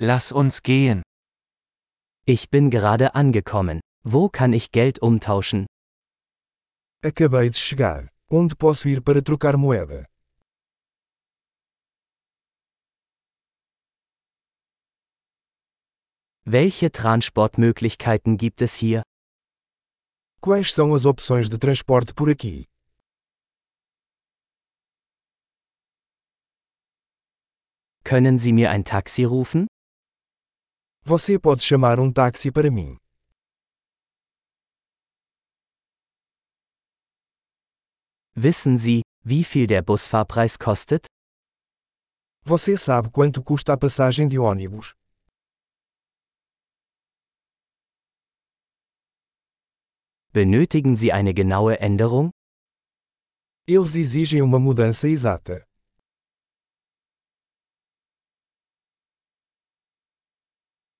Lass uns gehen. Ich bin gerade angekommen. Wo kann ich Geld umtauschen? Acabei de chegar. Onde posso ir para trocar moeda? Welche Transportmöglichkeiten gibt es hier? Quais são as opções de transporte por aqui? Können Sie mir ein Taxi rufen? Você pode chamar um táxi para mim. Wissen Sie, wie viel der Busfahrpreis kostet? Você sabe quanto custa a passagem de ônibus? Benötigen Sie eine genaue Änderung? Eles exigem uma mudança exata.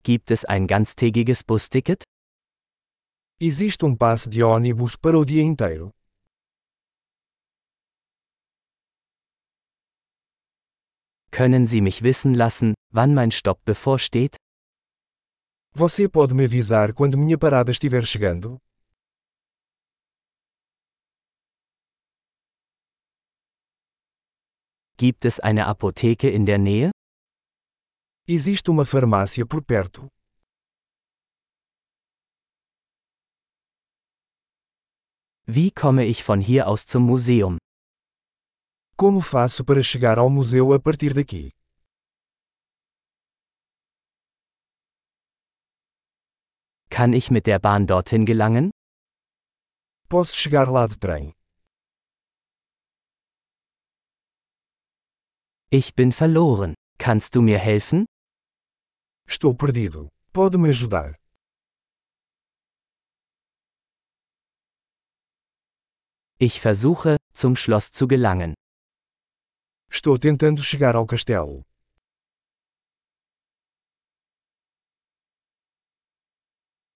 Gibt es ein ganztägiges Busticket? Existe um passe de ônibus para o dia inteiro. Können Sie mich wissen lassen, wann mein Stopp bevorsteht? Você pode me avisar quando minha parada estiver chegando? Gibt es eine Apotheke in der Nähe? Existe uma farmácia por perto. Wie komme ich von hier aus zum Museum? Como faço para chegar ao museu a partir daqui? Kann ich mit der Bahn dorthin gelangen? Posso chegar lá de trem. Ich bin verloren. Kannst du mir helfen? Estou perdido. Pode me ajudar? Ich versuche, zum Schloss zu gelangen. Estou tentando chegar ao castelo.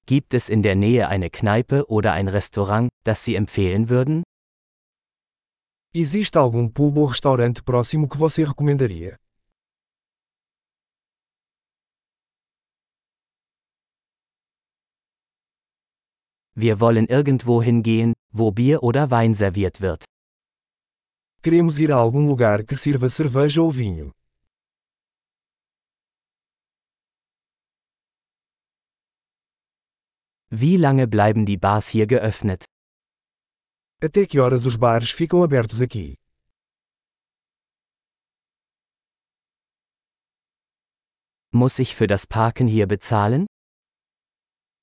Gibt es in der Nähe eine Kneipe oder ein Restaurant, das Sie empfehlen würden? Existe algum pub ou restaurante próximo que você recomendaria? Wir wollen irgendwo hingehen, wo Bier oder Wein serviert wird. Queremos ir a algum lugar que sirva cerveja ou vinho. Wie lange bleiben die Bars hier geöffnet? Até que horas os bares ficam abertos aqui? Muss ich für das Parken hier bezahlen?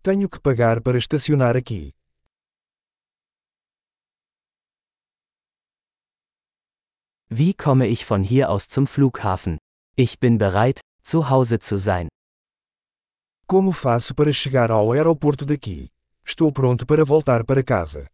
Tenho que pagar para estacionar aqui. Wie komme ich von hier aus zum Flughafen? Ich bin bereit, zu Hause zu sein. Como faço para chegar ao aeroporto daqui? Estou pronto para voltar para casa.